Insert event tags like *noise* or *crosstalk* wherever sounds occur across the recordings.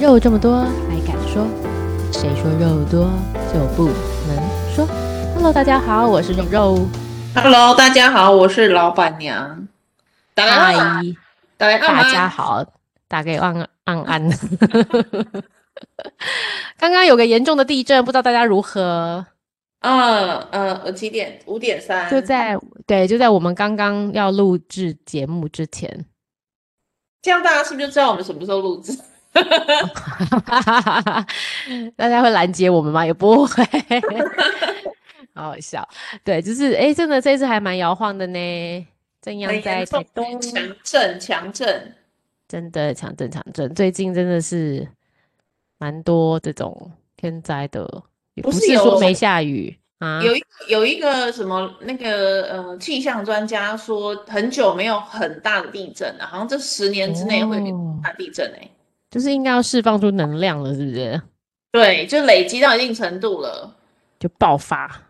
肉这么多还敢说？谁说肉多就不能说？Hello，大家好，我是肉肉 Hello，大家好，我是老板娘。打来阿按嘛，姨，打来按大家嘛。好，打给安安安。 *laughs* 刚刚有个严重的地震，不知道大家如何？嗯嗯，我几点？五点三。就在对，就在我们刚刚要录制节目之前，这样，大家是不是就知道我们什么时候录制？ *laughs* 大家会拦截我们吗？也不会， *laughs* 好好笑。对，就是哎，真的这次还蛮摇晃的呢。正阳很在台严重东，强震，强震。真的强震强震，最近真的是蛮多这种天灾的，也不不是是说有没下雨啊，有一个有一个什么那个呃气象专家说，很久没有很大的地震了，好像这十年之内会有哦大地震哎、就是应该要释放出能量了，是不是？对，就累积到一定程度了。就爆发。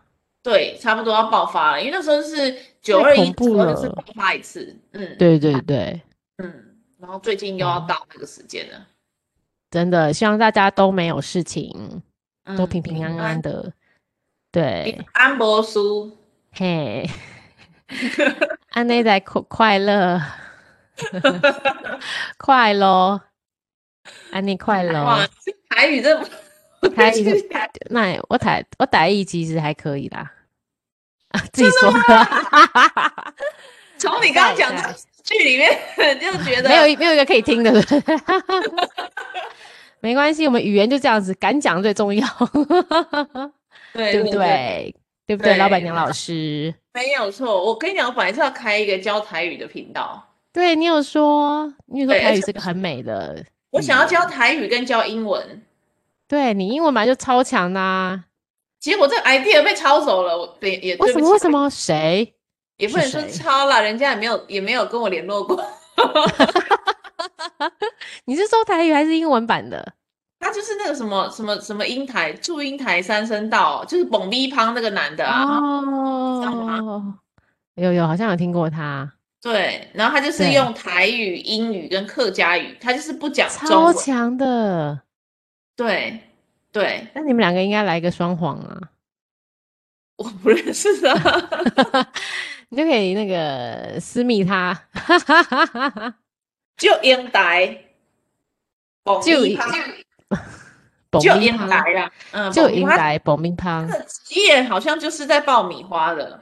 对，差不多要爆发了，因为那时候是九二太一恐怖左右是了爆发一次，嗯，，对对对，嗯，然后最近又要哦到那个时间了，真的希望大家都没有事情，嗯，都平平安安，的。欸对平，安博苏，嘿，安内仔快快乐， *laughs* 快咯，安妮快哇乐。，这台语这台 *laughs* 语是台那我台我台语其实还可以啦，啊，自己说的，从你刚 *laughs* 刚讲一下的一下剧里面就觉得没有一没有一个可以听的， *laughs* 对不对没关系，我们语言就这样子，敢讲最重要，对对不对对，对？对不对，老板娘对老师？没有错。我跟你讲，我本来是要开一个教台语的频嗯道，对你有说，你有说对台而语且是个很美的，我想要教台语跟教英文，对你英文本来就超强啦、结果这个 idea 被抄走了，我对 *laughs* 也为对什不么？为起，什么？谁？也不能说是谁抄了，人家也没有也没有跟我联络过。 *laughs* *laughs* 你是说台语还是英文版的？他就是那个什么什么什么英台祝英台三声道，就是蹦逼胖那个男的啊，哦，有有，好像有听过他，对，然后他就是对用台语、英语跟客家语，他就是不讲中超文，强的。对对，那你们两个应该来个双簧 *laughs* 啊，我不认识他，你就可以那个私密他， *laughs* 就英台，蹦就逼英胖保 *laughs* 就命英趴台啦，嗯，就蹦逼应胖该保命他汤的职业好像就是在爆米花的，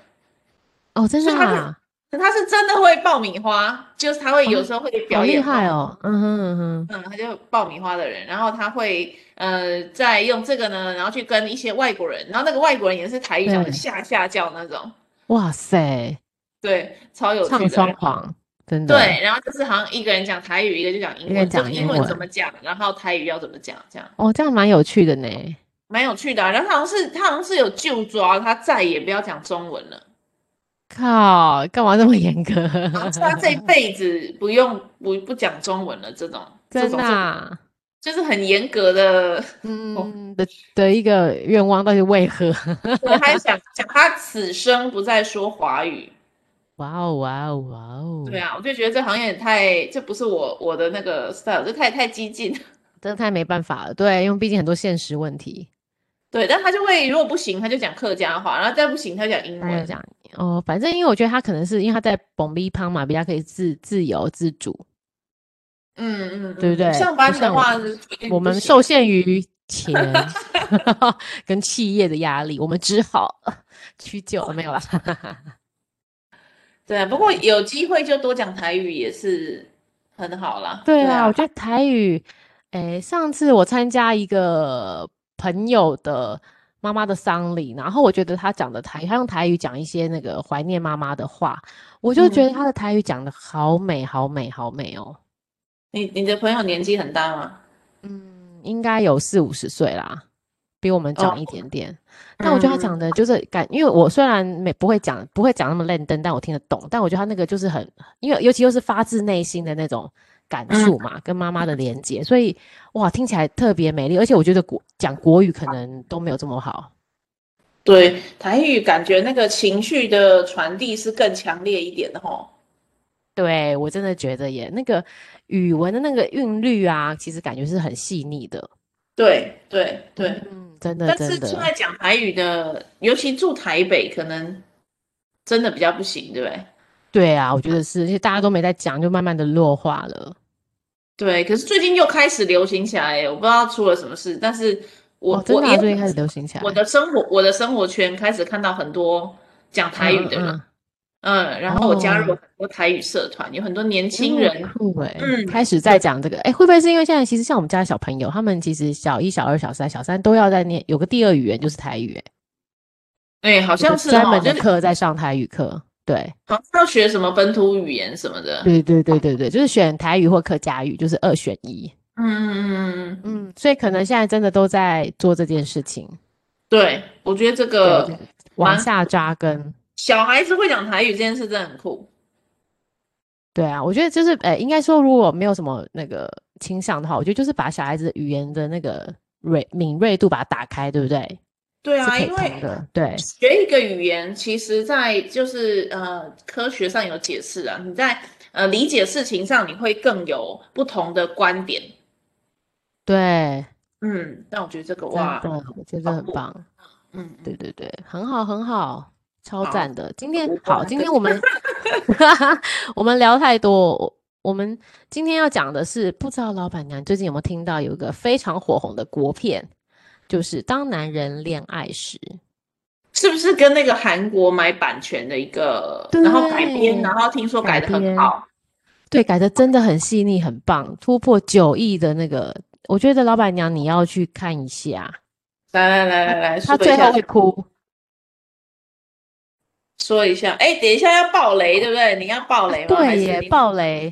哦，真所的以他是啊，可他是真的会爆米花，就是他会有时候会哦好表厉演爆害哦，嗯哼嗯哼，嗯，他就爆米花的人，然后他会呃，再用这个呢，然后去跟一些外国人，然后那个外国人也是台语讲的对下下叫那种，哇塞，对，超有趣唱双的。簧，真的，对，然后就是好像一个人讲台语，一个就讲英一个文，这讲个英英文怎文么讲，然后台语要怎么讲，这样哦，这样蛮有趣的呢。蛮有趣的啊、然后他好像是他好像是有就抓，他再也不要讲中文 *laughs* 了，靠，干嘛这么严格？然后他啊这辈子不用不不讲中文了，这种 *laughs* 这真种的、啊，就就是很严格的。哦嗯的的一个愿望到底为何？ *laughs* 我还想讲他此生不再说华语。哇哦哇哦哇哦！对，啊，我就觉得这行业也太，这不是我我的那个 style，这太太激进。真的太没办法了。对，因为毕竟很多现实问题，对，但他就会如果不行，他就讲客家话，然后再不行，他就讲英大家文。讲哦，反正因为我觉得他可能是因为他在蹦逼胖嘛，比较可以自自由自主。嗯嗯，对不对嗯上班不的像我话，我们受限于钱 *laughs* 跟企业的压力，我们只好 *laughs* 屈就了，没有啦。对啊，不过有机会就多讲台语也是很好啦。对啊，啊，我觉得台语，诶，上次我参加一个朋友的妈妈的丧礼，然后我觉得他讲的台语，他用台语讲一些那个怀念妈妈的话，我就觉得他的台语讲的好美，好美，好美哦。你你的朋友年纪很大吗？嗯，应该有四五十岁啦，比我们长哦嗯一点点。但我觉得他讲的就是感，因为我虽然没不会讲，不会讲那么认真，但我听得懂。但我觉得他那个就是很，因为尤其又是发自内心的那种感嗯触嘛，跟妈妈的连接，所以哇，听起来特别美丽。而且我觉得国讲国语可能都没有这么好。对，台语感觉那个情绪的传递是更强烈一点的吼。对，我真的觉得耶，那个语文的那个韵律啊，其实感觉是很细腻的。对对对，嗯，真的但真是的现。在讲台语的，尤其住台北，可能真的比较不行，对不对？对啊，我觉得是，而且大家都没在讲，就慢慢的弱化了。对，可是最近又开始流行起来耶，我不知道出了什么事，但是我、哦，真的、啊，我最也近开始流行起来。我的生活我的生活圈开始看到很多讲台语的嗯人，嗯嗯然后我加入哦了很多台语社团，有很多年嗯轻人，酷哎、嗯开始在讲这个，哎、会不会是因为现在其实像我们家的小朋友，他们其实小一、小二、小三、小三都要在念有个第二语言就是台语、哎，哎、好有像个是专哦，门就的是课在上台语课。对，好像要学什么本土语言什么的，嗯对对对对对，就是选台语或客家语，就是二选一。嗯嗯嗯嗯，嗯，所以可能现在真的都在做这件事情，对，我觉得这对，个对往蛮下扎根。小孩子会讲台语这件事真的很酷，对啊，我觉得就是，呃，应该说，如果没有什么那个倾向的话，我觉得就是把小孩子语言的那个锐敏锐度把它打开，对不对？对是啊，可以因为通的，对，学一个语言，其实在就是呃科学上有解释啊，你在呃理解事情上，你会更有不同的观点。对，嗯，那我觉得这个真哇，的，我觉得很棒，嗯，嗯对对对，很好很好，超好赞的。今天我好，我今天我 *laughs* 们 *laughs* 我们聊太多，我我们今天要讲的是，不知道老板娘最近有没有听到有一个非常火红的国片，就是《当男人恋爱时》。是不是跟那个韩国买版权的一个，然后改编，对然后听说改的改编很好，对，改的真的很细腻，很棒，突破九亿的那个，我觉得老板娘你要去看一下，来来来来来，她说最后一下会，哭。说一下，哎，等一下要爆雷，对不对？你要爆雷吗？还哦啊对是耶，你爆雷，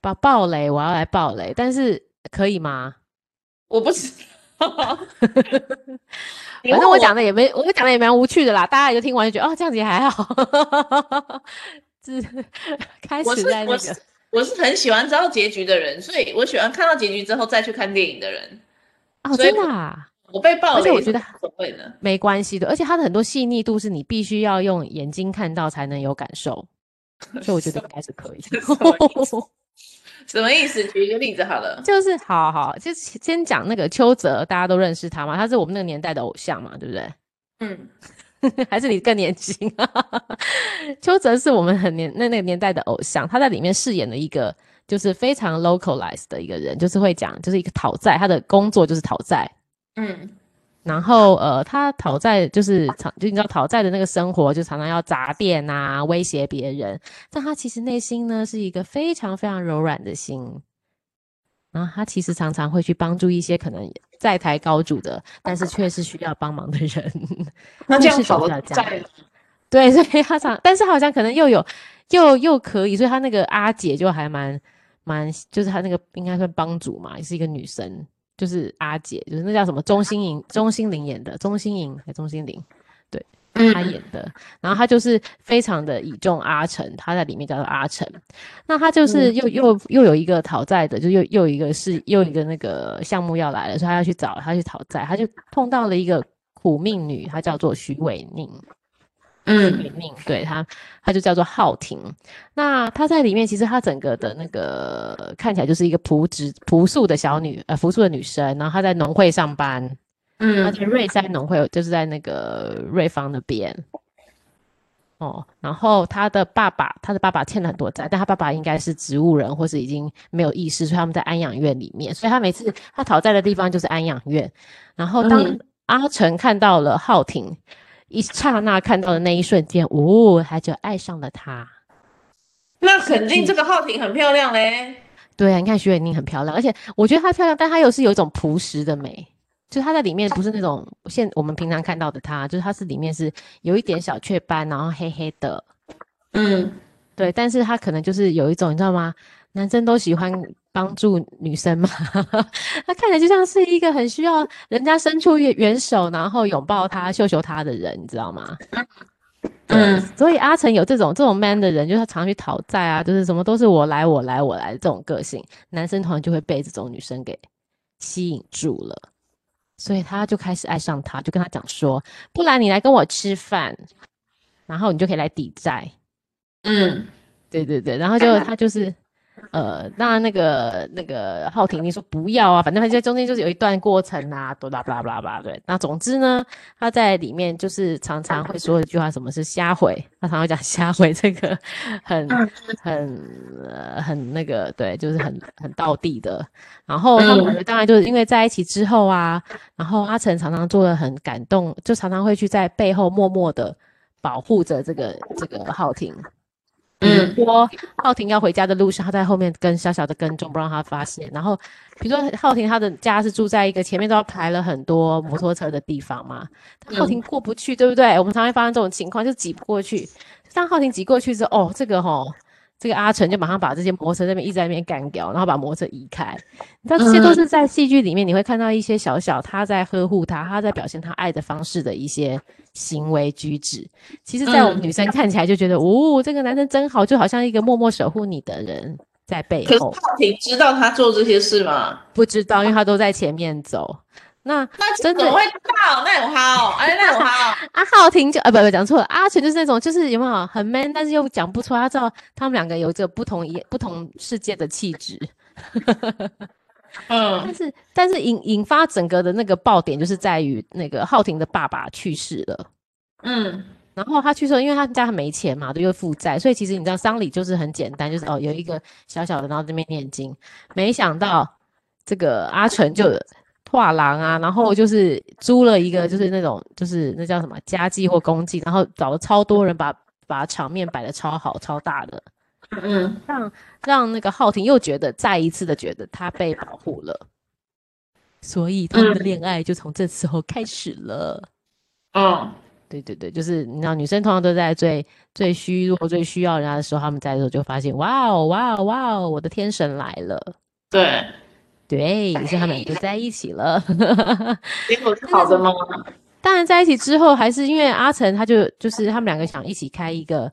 把爆雷，我要来爆雷，但是可以吗？我不知 *laughs* 道，你反问正我我讲的也没，我讲的也蛮无趣的啦，大家也就听完就觉得哦，这样子也还好。 *laughs* 是开我始是在那我个是我是很喜欢知道结局的人，所以我喜欢看到结局之后再去看电影的人。哦，所以真的、啊。我被爆而且雷我觉是得无所谓的，没关系的，而且它的很多细腻度是你必须要用眼睛看到才能有感 *laughs* 受，所以我觉得应该是可以。什么意思什么意思？举一个例子好了。就是好好，就先讲那个邱泽，大家都认识他嘛，他是我们那个年代的偶像嘛，对不对？ *laughs* 嗯，还是你更年轻、 *laughs* 啊？邱泽是我们很年那那个年代的偶像，他在里面饰演了一个就是非常 localized 的一个人，就是会讲就是一个讨债，他的工作就是讨债。嗯，然后呃，他讨债就是常就你知道讨债的那个生活，就常常要砸店啊，威胁别人。但他其实内心呢是一个非常非常柔软的心，然后他其实常常会去帮助一些可能在台高主的，但是却是需要帮忙的人。那故 *laughs* 这样事好总是了要这样再的 *laughs* 对，所以他常，但是好像可能又有又又可以，所以他那个阿姐就还蛮蛮，就是他那个应该算帮主嘛，也是一个女生，就是阿姐，就是那叫什么钟欣颖，钟欣凌演的，钟欣颖还钟欣凌，对，她嗯演的，然后她就是非常的倚重阿成，她在里面叫做阿成，那她就是又、又又有一个讨债的，就又又有一个是又有一个那个项目要来了，所以她要去找她去讨债，她就碰到了一个苦命女，她叫做徐伟宁。嗯女命，对她，她就叫做浩婷。那她在里面，其实她整个的那个看起来就是一个朴质朴素的小女，呃，朴素的女生。然后她在农会上班，她嗯在瑞山农会，就是在那个瑞芳那边。哦，然后她的爸爸，她的爸爸欠了很多债，但她爸爸应该是植物人，或是已经没有意识，所以他们在安养院里面。所以她每次她讨债的地方就是安养院。然后当嗯阿成看到了浩婷，一刹那看到的那一瞬间，哦，他就爱上了她。那肯定这个浩婷很漂亮嘞。对啊，你看徐伟宁很漂亮，而且我觉得她漂亮，但她又是有一种朴实的美，就她在里面不是那种现我们平常看到的她，就是她是里面是有一点小雀斑，然后黑黑的，嗯，对，但是她可能就是有一种你知道吗？男生都喜欢帮助女生嘛， *laughs* 她看起来就像是一个很需要人家伸出援援手，然后拥抱她、秀秀她的人，你知道吗？嗯，所以阿成有这种这种 man 的人，就是他常去讨债啊，就是什么都是我来我来我来这种个性，男生通常就会被这种女生给吸引住了，所以他就开始爱上她，就跟她讲说，不然你来跟我吃饭，然后你就可以来抵债。嗯对对对，然后就他就是，呃，当然那个那个浩婷你说不要啊，反正他在中间就是有一段过程啊，多啦啦啦啦，对。那总之呢，他在里面就是常常会说一句话，什么是瞎回，他常常会讲瞎回这个很嗯很、呃、很那个，对，就是很很道地的。然后他嗯们两个当然就是因为在一起之后啊，然后阿成常常做的很感动，就常常会去在背后默默的保护着这个这个浩婷。嗯比如说浩婷要回家的路上，他在后面跟小小的跟踪，不让他发现。然后，比如说浩婷他的家是住在一个前面都要排了很多摩托车的地方嘛，但浩婷过不去，对不对？我们常会发生这种情况，就挤不过去。当浩婷挤过去之后，哦，这个吼、这个阿成就马上把这些摩托车那边一直在那边干掉，然后把摩托车移开。但这些都是在戏剧里面，你会看到一些小小他在呵护他，他在表现他爱的方式的一些行为举止。其实，在我们嗯女生看起来就觉得，哦，这个男生真好，就好像一个默默守护你的人在背可是后，浩婷知道他做这些事吗？不知道，因为他都在前面走。那那真的怎么会知道？那有好，哎，那有好，阿浩婷就啊，不不讲错了，阿全就是那种就是有没有很 man，但是又讲不出来，他知道他们两个有着不同一不同世界的气质。嗯但是但是引引发整个的那个爆点，就是在于那个浩婷的爸爸去世了。嗯然后他去世，因为他们家很没钱嘛，对，又负债，所以其实你知道丧礼就是很简单，就是哦有一个小小的，然后这边念经。没想到这个阿成就画廊啊，然后就是租了一个就是那种就是那叫什么家祭或公祭，然后找了超多人把把场面摆的超好超大的，嗯让让那个浩婷又觉得再一次的觉得他被保护了，所以他们的恋爱就从这时候开始了。嗯对对对，就是你知道，女生通常都在最最虚弱、最需要人家的时候，她们在的时候就发现，哇哦哇哦哇哦，我的天神来了。对，对，所以他们俩就在一起了。 *laughs* 结果是好的吗？当然，在一起之后，还是因为阿成他就就是他们两个想一起开一个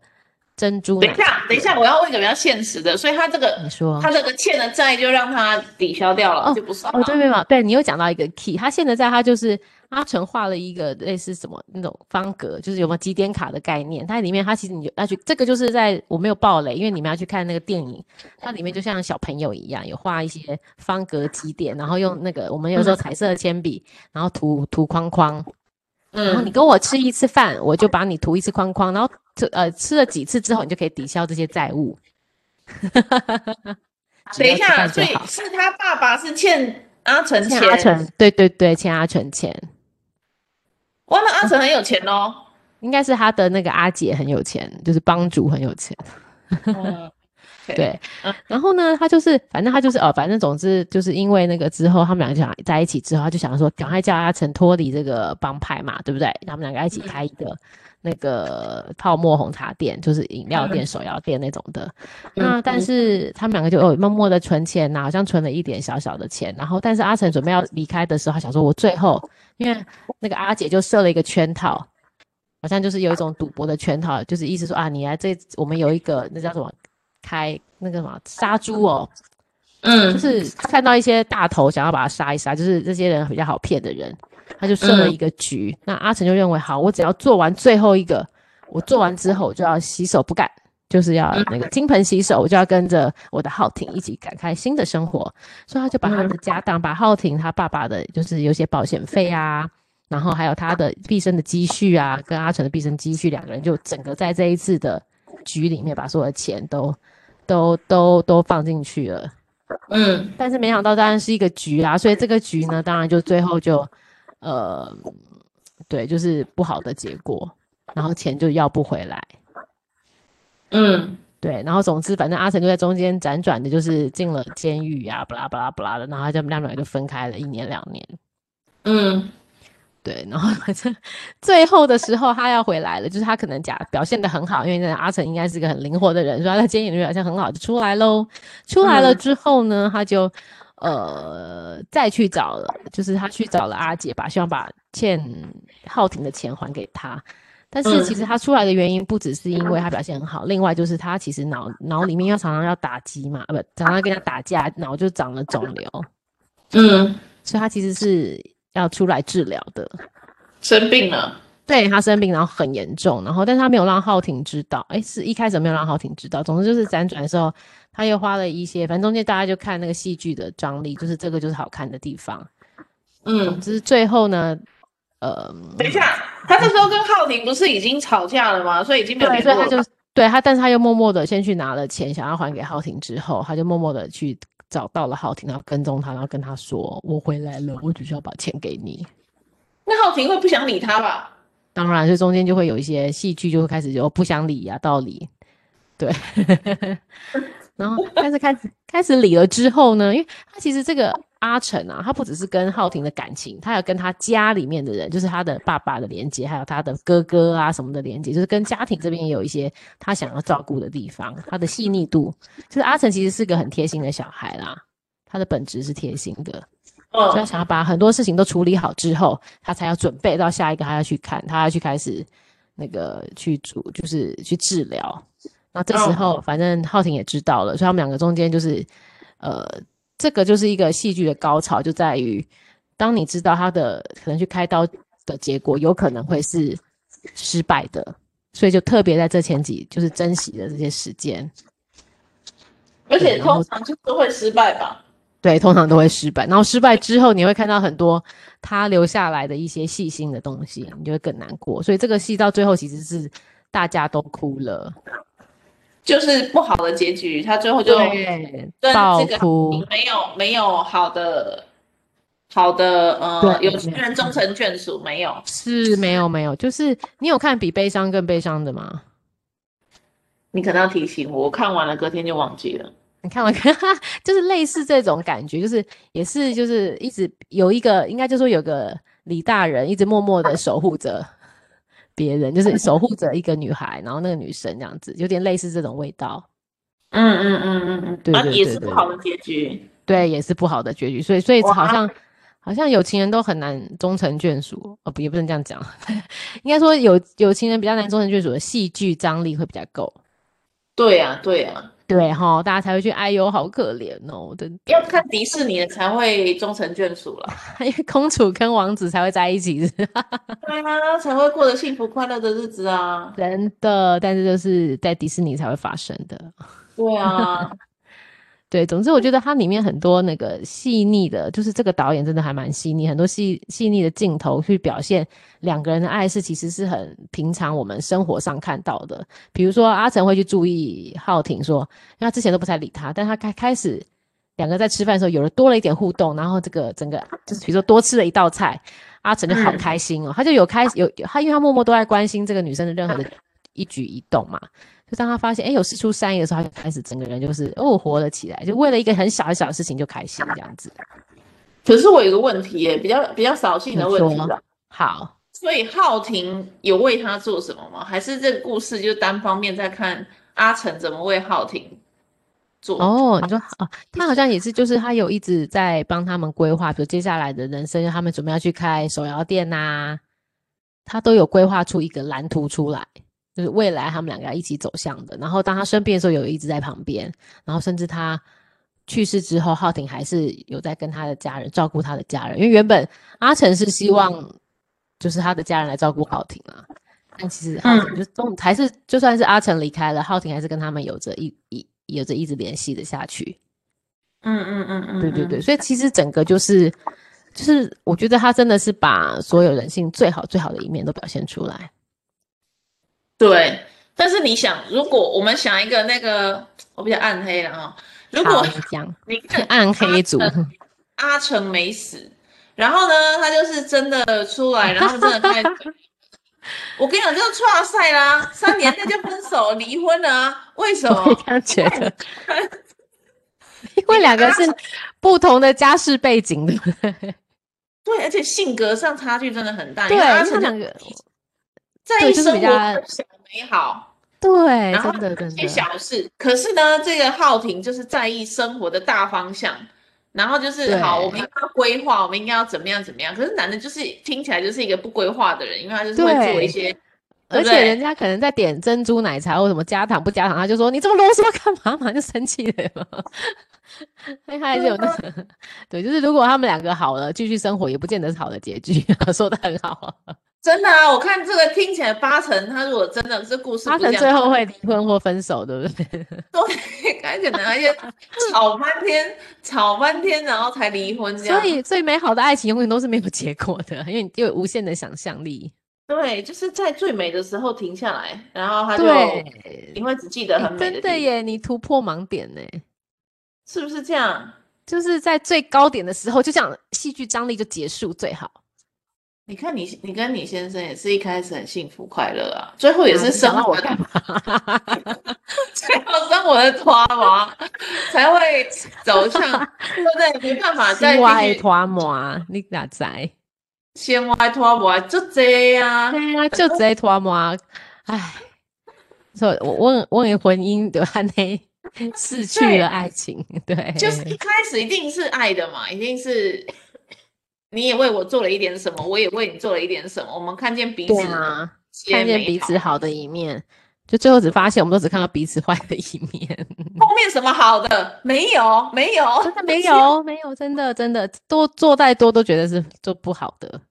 珍珠等奶一。下，等一下，我要问一个比较现实的，所以他这个你说他这个欠的债就让他抵消掉了，哦就不算哦，了。对对嘛，对你又讲到一个 key，他现在在他就是阿成画了一个类似什么那种方格，就是有没有几点卡的概念，它里面它其实你就要去这个就是在我没有爆雷，因为你们要去看那个电影，它里面就像小朋友一样有画一些方格几点，然后用那个我们有时候彩色的铅笔，然后涂涂框框，然后你嗯跟我吃一次饭，我就把你涂一次框框，然后吃呃吃了几次之后，你就可以抵消这些债务。 *laughs* 只等要吃一下，饭就所以好是他爸爸是欠阿成欠钱，阿成，对对对，欠阿成钱。哇，那阿成很有钱哦。应该是他的那个阿姐很有钱，就是帮主很有钱，嗯，对对嗯。然后呢，他就是反正他就是哦，反正总之就是因为那个之后，他们俩就想在一起之后，他就想说赶快叫阿成脱离这个帮派嘛，对不对？他们两个一起开一个那个泡沫红茶店，就是饮料店、手摇店那种的。那但是他们两个就有哦默默的存钱呐、好像存了一点小小的钱。然后，但是阿成准备要离开的时候，他想说，我最后因为那个阿姐就设了一个圈套，好像就是有一种赌博的圈套，就是意思说啊，你来这我们有一个那叫什么开那个什么杀猪哦，就嗯是看到一些大头想要把他杀一杀，就是这些人比较好骗的人，他就设了嗯一个局。那阿成就认为，好，我只要做完最后一个，我做完之后我就要洗手不干，就是要那个金盆洗手，我就要跟着我的浩廷一起展开新的生活。所以他就把他的家当，把浩廷他爸爸的，就是有些保险费啊。然后还有他的毕生的积蓄啊，跟阿成的毕生积蓄，两个人就整个在这一次的局里面把所有的钱都都都都放进去了。嗯但是没想到当然是一个局啦，所以这个局呢，当然就最后就，呃，对，就是不好的结果，然后钱就要不回来，嗯对，然后总之反正阿成就在中间辗转的，就是进了监狱啊呀、巴拉巴拉巴拉的，然后他就他们两个就分开了一年两年，嗯对，然后反正最后的时候他要回来了，就是他可能假表现的很好，因为那阿成应该是个很灵活的人，所以他在监狱里面表现很好，就出来喽。出来了嗯之后呢，他就呃再去找了，就是他去找了阿姐吧，希望把欠浩廷的钱还给他。但是其嗯实他出来的原因不只是因为他表现很好，另外就是他其实脑脑里面要常常要打击嘛，呃不，常常跟他打架，脑就长了肿瘤，嗯，所以他其实是要出来治疗的。生病了。对他生病，然后很严重，然后但是他没有让浩婷知道，哎，是一开始没有让浩婷知道。总之就是辗转的时候，他又花了一些，反正中间大家就看那个戏剧的张力，就是这个就是好看的地方。嗯，只是最后呢，呃，等一下，他这时候跟浩婷不是已经吵架了吗？所以已经没有对，联所络以他了吧。就对他，但是他又默默的先去拿了钱，想要还给浩婷之后，他就默默的去找到了浩婷，然后跟踪他，然后跟他说：“我回来了，我只是要把钱给你。”那浩婷会不想理他吧？当然，这中间就会有一些戏剧，就会开始有不想理啊，道理，对。然后，但是开始开始理了之后呢，因为他其实这个阿成啊，他不只是跟浩廷的感情，他有跟他家里面的人，就是他的爸爸的连接，还有他的哥哥啊什么的连接，就是跟家庭这边也有一些他想要照顾的地方，他的细腻度，就是阿成其实是个很贴心的小孩啦，他的本质是贴心的。所以他嗯，想要把很多事情都处理好之后，他才要准备到下一个他要去看，他要去开始那个去主就是去治疗。那这时候，反正浩婷也知道了，所以他们两个中间就是，呃，这个就是一个戏剧的高潮，就在于当你知道他的可能去开刀的结果有可能会是失败的，所以就特别在这前几就是珍惜了这些时间。而且对然后通常就是都会失败吧。对，通常都会失败。然后失败之后，你会看到很多他留下来的一些细心的东西，你就会更难过。所以这个戏到最后其实是大家都哭了，就是不好的结局，他最后就对，跟爆这个哭，没有没有好的好的呃，对有情人终成眷属没有？是没有没有，就是你有看比悲伤更悲伤的吗？你可能要提醒我，我看完了隔天就忘记了。你看我看， *laughs* 就是类似这种感觉，就是也是就是一直有一个，应该就说有个李大人一直默默的守护着别人，就是守护着一个女孩，然后那个女生这样子，有点类似这种味道。嗯嗯嗯嗯嗯，对啊对也对是对不好的结局。对，也是不好的结局，所以所以哇好像好像有情人都很难终成眷属，哦不，也不能这样讲， *laughs* 应该说有有情人比较难终成眷属的戏剧张力会比较够，对呀、对呀、对哈，大家才会去哎呦好可怜哦，真的，要看迪士尼的才会终成眷属了。 *laughs* 因为公主跟王子才会在一起， *laughs* 是吧对啊，才会过得幸福快乐的日子啊。真的，但是就是在迪士尼才会发生的，对啊，对，总之我觉得它里面很多那个细腻的，就是这个导演真的还蛮细腻，很多细细腻的镜头去表现两个人的爱是其实是很平常我们生活上看到的。比如说阿成会去注意浩廷说，因为他之前都不太理他，但他开开始两个在吃饭的时候有了多了一点互动，然后这个整个就是比如说多吃了一道菜，阿成就好嗯开心哦，他就有开有有他因为他默默都在关心这个女生的任何的一举一动嘛，就当他发现哎有事出善意的时候，他就开始整个人就是哦活了起来，就为了一个很小很小的事情就开心这样子。 *laughs* 可是我有个问题耶，比较比较扫兴的问题你说了。好，所以浩廷有为他做什么吗？还是这个故事就单方面在看阿成怎么为浩廷做？哦，你说哦，他好像也是，就是他有一直在帮他们规划，比如接下来的人生，他们准备要去开手摇店呐、他都有规划出一个蓝图出来，就是未来他们两个要一起走向的。然后当他生病的时候，有一直在旁边，然后甚至他去世之后，浩廷还是有在跟他的家人照顾他的家人，因为原本阿成是希望就是他的家人来照顾浩廷啊，但其实浩廷嗯就总、还是就算是阿成离开了，浩廷还是跟他们有着一一有着一直联系的下去。嗯嗯嗯嗯，对对嗯对，，所以其实整个就是就是我觉得他真的是把所有人性最好最好的一面都表现出来。对。但是你想，如果我们想一个那个，我比较暗黑了啊、如好果你讲你看暗黑组，阿成没死，然后呢，他就是真的出来，然后真的开始 *laughs* 我跟你讲，这就岔赛啦，三年内就分手离婚了啊？为什我也么？这样觉得， *laughs* 因为两个是不同的家世背景的， *laughs* 对，而且性格上差距真的很大。对，因为阿他成两个在对意就是生比活较的小美好，对，然后真的真一些的，小事。可是呢，这个浩廷就是在意生活的大方向，然后就是对好，我们应该要规划，我们应该要怎么样怎么样。可是男的就是听起来就是一个不规划的人，因为他就是会对做一些，对而不且对人家可能在点珍珠奶茶或什么加糖不加糖，他就说你这么啰嗦干嘛嘛，就生气了嘛。 *laughs* 所以他还是有那个， *laughs* 啊对，就是如果他们两个好了，继续生活也不见得是好的结局、说的很好啊、真的啊，我看这个听起来八成，他如果真的这故事八不成是这最样，后 *laughs* 会离婚或分手，对不对？对，而且可能而且吵半天，吵半天，然后才离婚这样。所以最美好的爱情永远都是没有结果的，因为你有无限的想象力。对，就是在最美的时候停下来，然后他就对，你会只记得很诶美欸真的的地耶，你突破盲点呢，方，是不是这样？就是在最高点的时候，就这样戏剧张力就结束最好。你看你，你跟你先生也是一开始很幸福快乐啊，最后也啊是你生想到我我的， *laughs* 干嘛？最后生我的拖娃， *laughs* 才会走向，对不对？没办法 *laughs* 再心外继续拖磨，啊你哪 *laughs* 在？先歪拖娃，就这样啊。对啊，就直接拖磨。唉，所以我问问婚姻的话呢，逝去对了爱情，对，就是一开始一定是爱的嘛，一定是你也为我做了一点什么，我也为你做了一点什么，我们看见彼此对啊。一些看见美彼好此好的一面，就最后只发现我们都只看到彼此坏的一面，后面什么好的没有，没啊有，真 *laughs* 的没有，没有，真的真的多做再多都觉得是做不好的，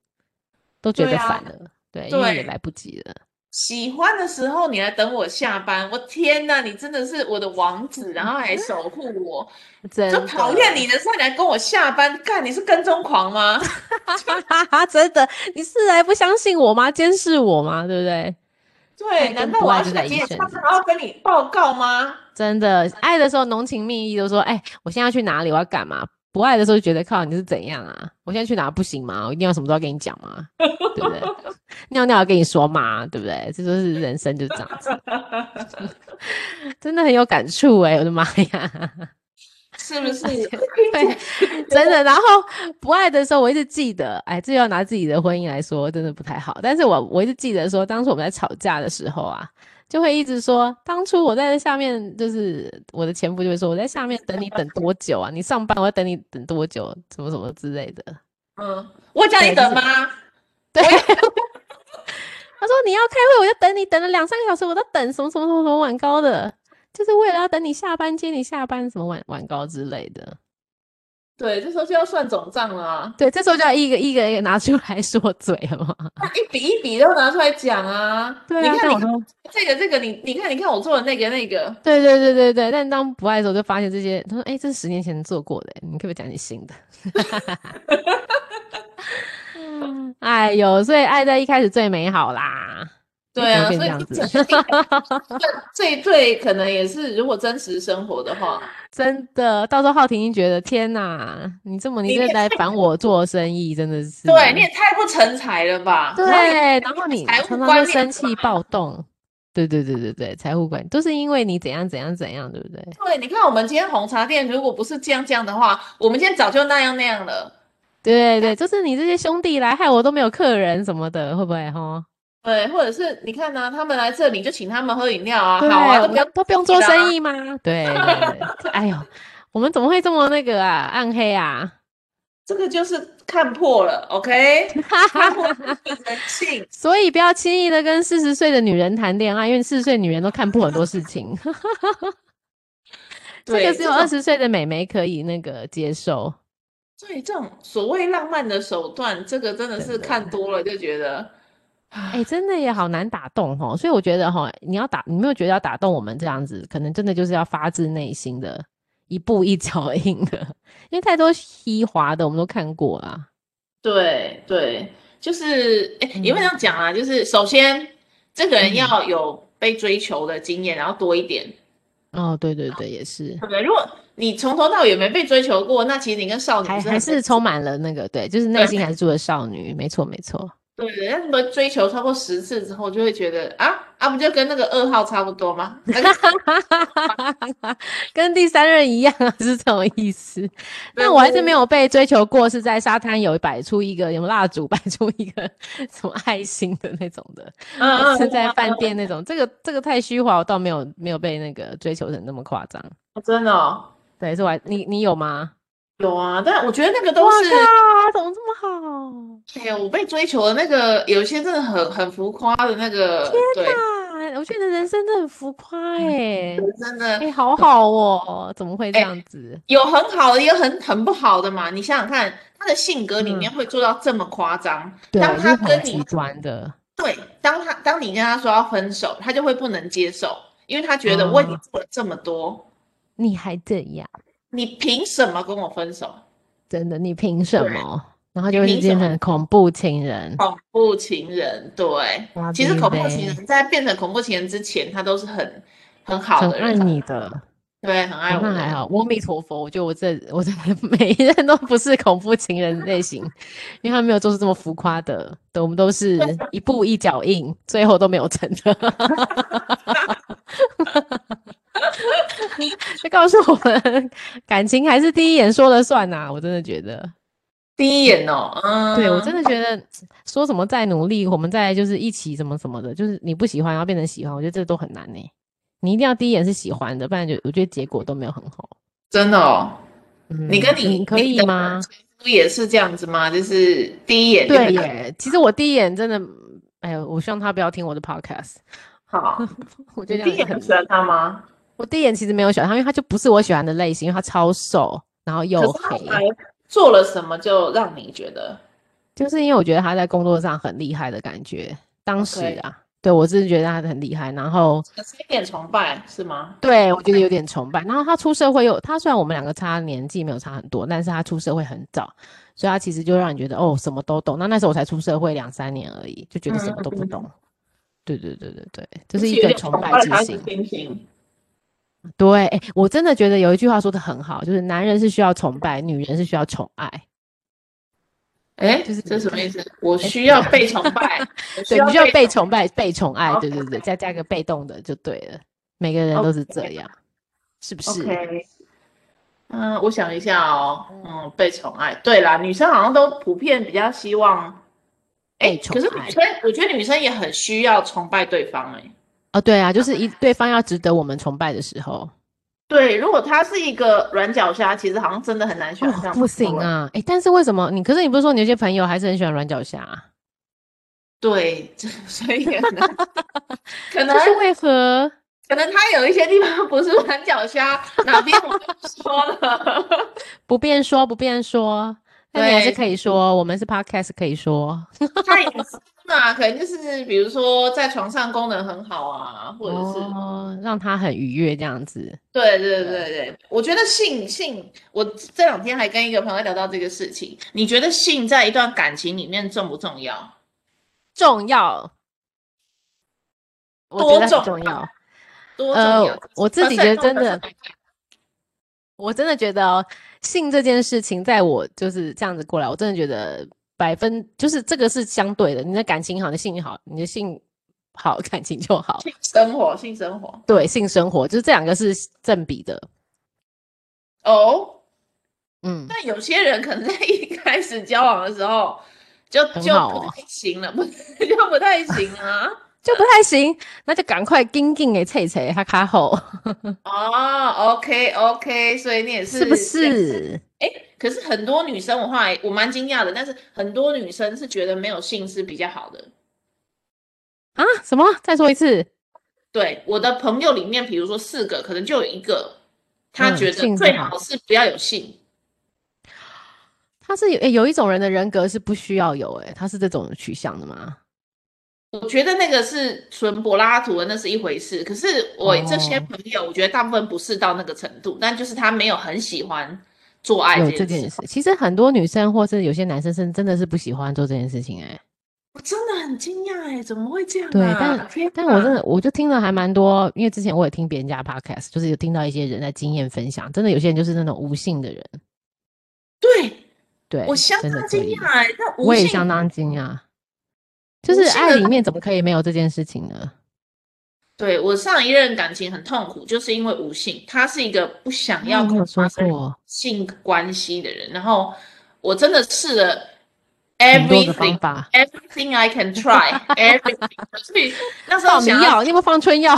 都觉对得啊反了，对，因为也对来不及了，喜欢的时候你来等我下班，我天哪，你真的是我的王子，然后还守护我，真就的讨厌你的时候你来跟我下班，干你是跟踪狂吗？ *laughs* 真的，你是还不相信我吗？监视我吗？对不对？对，跟难道不我爱要就下在节一线上之还要跟你报告吗？ *laughs* 真的，爱的时候浓情蜜意，都说，哎，我现在要去哪里，我要干嘛？不爱的时候就觉得靠你是怎样啊？我现在去哪不行吗？我一定要什么都要跟你讲吗？对不对？ *laughs* 尿尿要跟你说嘛，对不对？这就是人生就是这样子，真的很有感触哎、我的妈呀！*laughs* 是不是？对， *laughs* 真的。然后不爱的时候，我一直记得，哎，这要拿自己的婚姻来说，真的不太好。但是我我一直记得说，当初我们在吵架的时候啊，就会一直说，当初我在下面，就是我的前夫就会说，我在下面等你等多久啊？你上班我要等你等多久？什么什么之类的。嗯，我叫你对就等是吗？他说你要开会，我就等你，等了两三个小时，我都等什么什么什么什么晚高的，就是为了要等你下班接你下班，什么晚晚高之类的。对，这时候就要算总账了啊，对，这时候就要一个一个一个拿出来说嘴了嘛。那一笔一笔都拿出来讲啊。对你啊，看但我你都这个这个，你你看你看我做的那个那个，对对对对对，但当不爱的时候，就发现这些。他说：“哎、这是十年前做过的，你可不可以讲点新 *laughs* 的？” *laughs* 嗯哎呦，所以爱在一开始最美好啦。对啊，怎所么以变一这样整一这对可能也是，如果真实生活的 *laughs* 话，真的，到时候浩婷一定觉得天哪，你这么你你这也来烦我做生意，真的是对，你也太不成才了吧？对，然后你财务常常观就念生不气暴动，对对对对对，财务管都是因为你怎样怎样怎样，对不对？对，你看我们今天红茶店，如果不是这样这样的话，我们今天早就那样那样了。对对，就是你这些兄弟来害我都没有客人什么的，会不会哈？对，或者是你看呢、啊他们来这里就请他们喝饮料啊，对，好啊，我都不要们都不用客做气啦生意吗？ *laughs* 对对对，哎呦，我们怎么会这么那个啊，暗黑啊？这个就是看破了，OK？看 *laughs* 破人性，所以不要轻易的跟四十岁的女人谈恋爱，因为四十岁女人都看破很多事 *laughs* 情。这对，个只有二种十岁的美眉可以那个接受。对这种所谓浪漫的手段，这个真的真的是看多了就觉得，哎、真的也好难打动哦。所以我觉得哈，你要打，你没有觉得要打动我们这样子，可能真的就是要发自内心的，一步一脚印的，因为太多虚华的我们都看过啊啦。对对，就是哎，也不嗯能讲啊，就是首先这个人嗯要有被追求的经验，然后多一点，哦，对对对，也是对，不对？如果你从头到尾没被追求过，那其实你跟少女还是还很是充满了那个对，就是内对 *laughs* 心还是住着少女，没错没错。 *laughs* 对的。那你们追求超过十次之后，就会觉得啊啊，不就跟那个二号差不多吗？那个 *laughs* 跟第三任一样啊，是这种意思。但我还是没有被追求过，是在沙滩有摆出一个有蜡烛，摆出一个什么爱心的那种的，嗯嗯，是在嗯饭店那种。这个这个太虚华，我倒没有没有被那个追求成那么夸张。嗯真的哦对，是我还你你有吗？有啊，但我觉得那个哇都是。靠，怎么这么好？哎呀，我被追求的那个，有些真的很很浮夸的那个，对，啊，我觉得你的人生真的很浮夸哎、真哎、的好好哦，怎么会这哎样子？有很好的，也有很很不好的嘛。你想想看，他的性格里嗯面会做到这么夸张，对，当就是他很跟极你端的，对，当他当你跟他说要分手，他就会不能接受，因为他觉得哦为你做了这么多，你还这样，你凭什么跟我分手？真的，你凭什对么？然后就会凭是变什么成恐怖情人。恐怖情人，对，哇其实对恐怖情呗人在变成恐怖情人之前，他都是很很好很的爱人，你的，对，很哎爱我那的还人。好。阿弥陀佛，我觉得我这我这 *laughs* 每一任都不是恐怖情人类型，因为他没有做出这么浮夸的，对，我们都 *laughs* 是一步一脚印，最后都没有成的。 *laughs* 就告诉我们，感情还是第一眼说了算呐、我真的觉得，第一眼哦，嗯，对我真的觉得说什么再努力，我们再就是一起什么什么的，就是你不喜欢，然后变成喜欢，我觉得这都很难呢、欸你一定要第一眼是喜欢的，不然就我觉得结果都没有很好。真的哦。你跟嗯你可以的吗？前夫也是这样子吗？就是第一眼就对很耶，其实我第一眼真的，哎呦，我希望他不要听我的 podcast， *laughs* 好。我觉你得第这样一眼很不喜欢他吗？我第一眼其实没有喜欢他，因为他就不是我喜欢的类型，因为他超瘦，然后又可是他黑后，来做了什么就让你觉得就是因为我觉得他在工作上很厉害的感觉。当时 OK 啊，对我真的觉得他很厉害，然后可是有点崇拜是吗？对我觉得有点崇拜。然后他出社会又，他虽然我们两个差年纪没有差很多，但是他出社会很早，所以他其实就让你觉得哦，什么都懂。那那时候我才出社会两三年而已，就觉得什么都不嗯懂。对对对对对，这就是一有个点崇崇拜拜之他的心。心情。对，诶我真的觉得有一句话说的很好，就是男人是需要崇拜，女人是需要宠爱。哎，就是这什么意思？我需要被崇 *laughs* 拜，我需对，你需要被被崇拜、被宠爱，对对 OK 对，再加个被动的就对了。每个人都是这样，是不是？ OK，嗯，我想一下哦，嗯，被宠爱。对啦，女生好像都普遍比较希望，哎，被宠可是爱女生，我觉得女生也很需要崇拜对方，哎，哦，对啊，就是一对方要值得我们崇拜的时候，对，如果他是一个软脚虾，其实好像真的很难想象、哦不行！啊。哎，但是为什么你？可是你不是说你有些朋友还是很喜欢软脚虾、啊？对，这所以可能 *laughs* 可能这是为何？可能他有一些地方不是软脚虾，哪边我就不说了。 *laughs* 不便说，不便说。但你还是对可以说，我们是 podcast 可以说。太隐私嘛，啊可能就是比如说在床上功能很好啊，或者是、哦，让他很愉悦这样子。对对对对，我觉得性性，我这两天还跟一个朋友聊到这个事情，你觉得性在一段感情里面重不重要？重要，我多觉得很重重要要。多重呃要？我自己觉得真的 percent 我真的觉得、哦、性这件事情，在我就是这样子过来，我真的觉得百分就是这个是相对的。你的感情好，你的性好，你的性好， *laughs* 感情就好。性生活，性生活对，性生活就是这两个是正比的。哦。嗯，但有些人可能在一开始交往的时候，就很就好不哦太行了，不就不太 *laughs* 行了啊。就不太行，那就赶快紧紧给脆脆哈卡后，哦，OK OK，所以你也是 *laughs* 是不？是？可是很多女生，我后来我蛮惊讶的，但是很多女生是觉得没有性是比较好的。啊？什么？再说一次？对，我的朋友里面，比如说四个，可能就有一个，他嗯觉性是得最好好是不要有性。他是有、诶有一种人的人格是不需要有、诶他是这种取向的吗？我觉得那个是纯柏拉图的，那是一回事。可是我这些哦朋友，我觉得大部分不是到那个程度，但就是他没有很喜欢做爱有这这件件事，事，其实很多女生或是有些男生是真的是不喜欢做这件事情、诶我真的很惊讶哎，怎么会这样对，啊？但天但我真哪的我就听了还蛮多，因为之前我也听别人家的 podcast，就是有听到一些人在经验分享，真的有些人就是那种无性的人，对对，我相哎真的当可惊以，讶哎，那无我也性相当惊讶，就无是性爱的里人面怎么可以没有这件事情呢？对我上一任感情很痛苦，就是因为无性，他是一个不想要哦跟你有我发说生过性关系的人，然后我真的试了很多的方 everything。法， Everything I can try, everything。所 *laughs* 以那时候放迷想要药，你有没有放春药？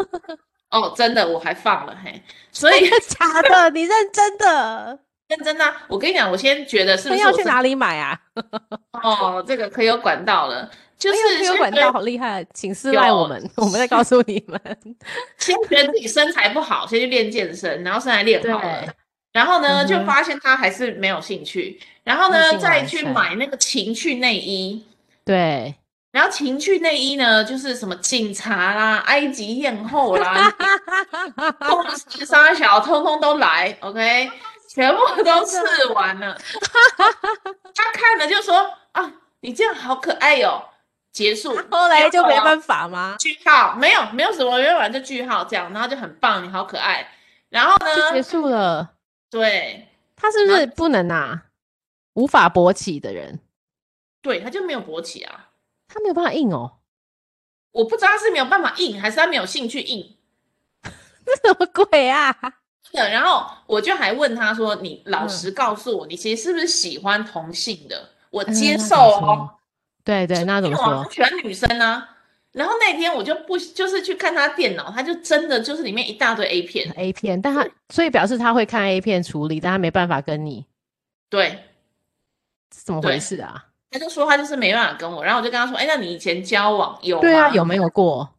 *laughs* 哦，真的我还放了嘿，所以 *laughs* 假的，你认真的？认真的啊、我跟你讲，我先觉得是不春是药我去是哪里买啊？哦，这个可以有管道了。就是哎呦没有管道，好厉害，请私赖我们，我们再告诉你们。 *laughs* 先觉得自己身材不好，先去练健身，然后身材练好对了，然后呢，嗯哼嗯就发现他还是没有兴趣，然后那呢，进再来去晒买那个情趣内衣。对，然后情趣内衣呢，就是什么警察啦、埃及艳 *laughs* 后啦、控制沙小，通通都来，OK，全部都试完了。他看了就说：“啊，你这样好可爱哟、结束，后来就没法办法吗？句号，没有没有什么，没有完就句号这样，然后就很棒，你好可爱。然后就结呢，束了。对他是不是不能啊？无法勃起的人，对，他就没有勃起啊。他没有办法硬哦， *laughs* 我不知道他是没有办法硬，还是他没有兴趣硬。这什么鬼啊？的，然后我就还问他说：“你老嗯实告诉我，你其实是不是喜欢同性的？我嗯接那受怎么哦说，对对，那因怎为么我好说像？喜欢女生啊。”然后那天我就不就是去看他电脑，他就真的就是里面一大堆 A 片， A 片，但他所以表示他会看 A 片处理，但他没办法跟你，对，这怎么对回事啊？他就说他就是没办法跟我。然后我就跟他说：“哎，那你以前交往有对啊，吗有没有过？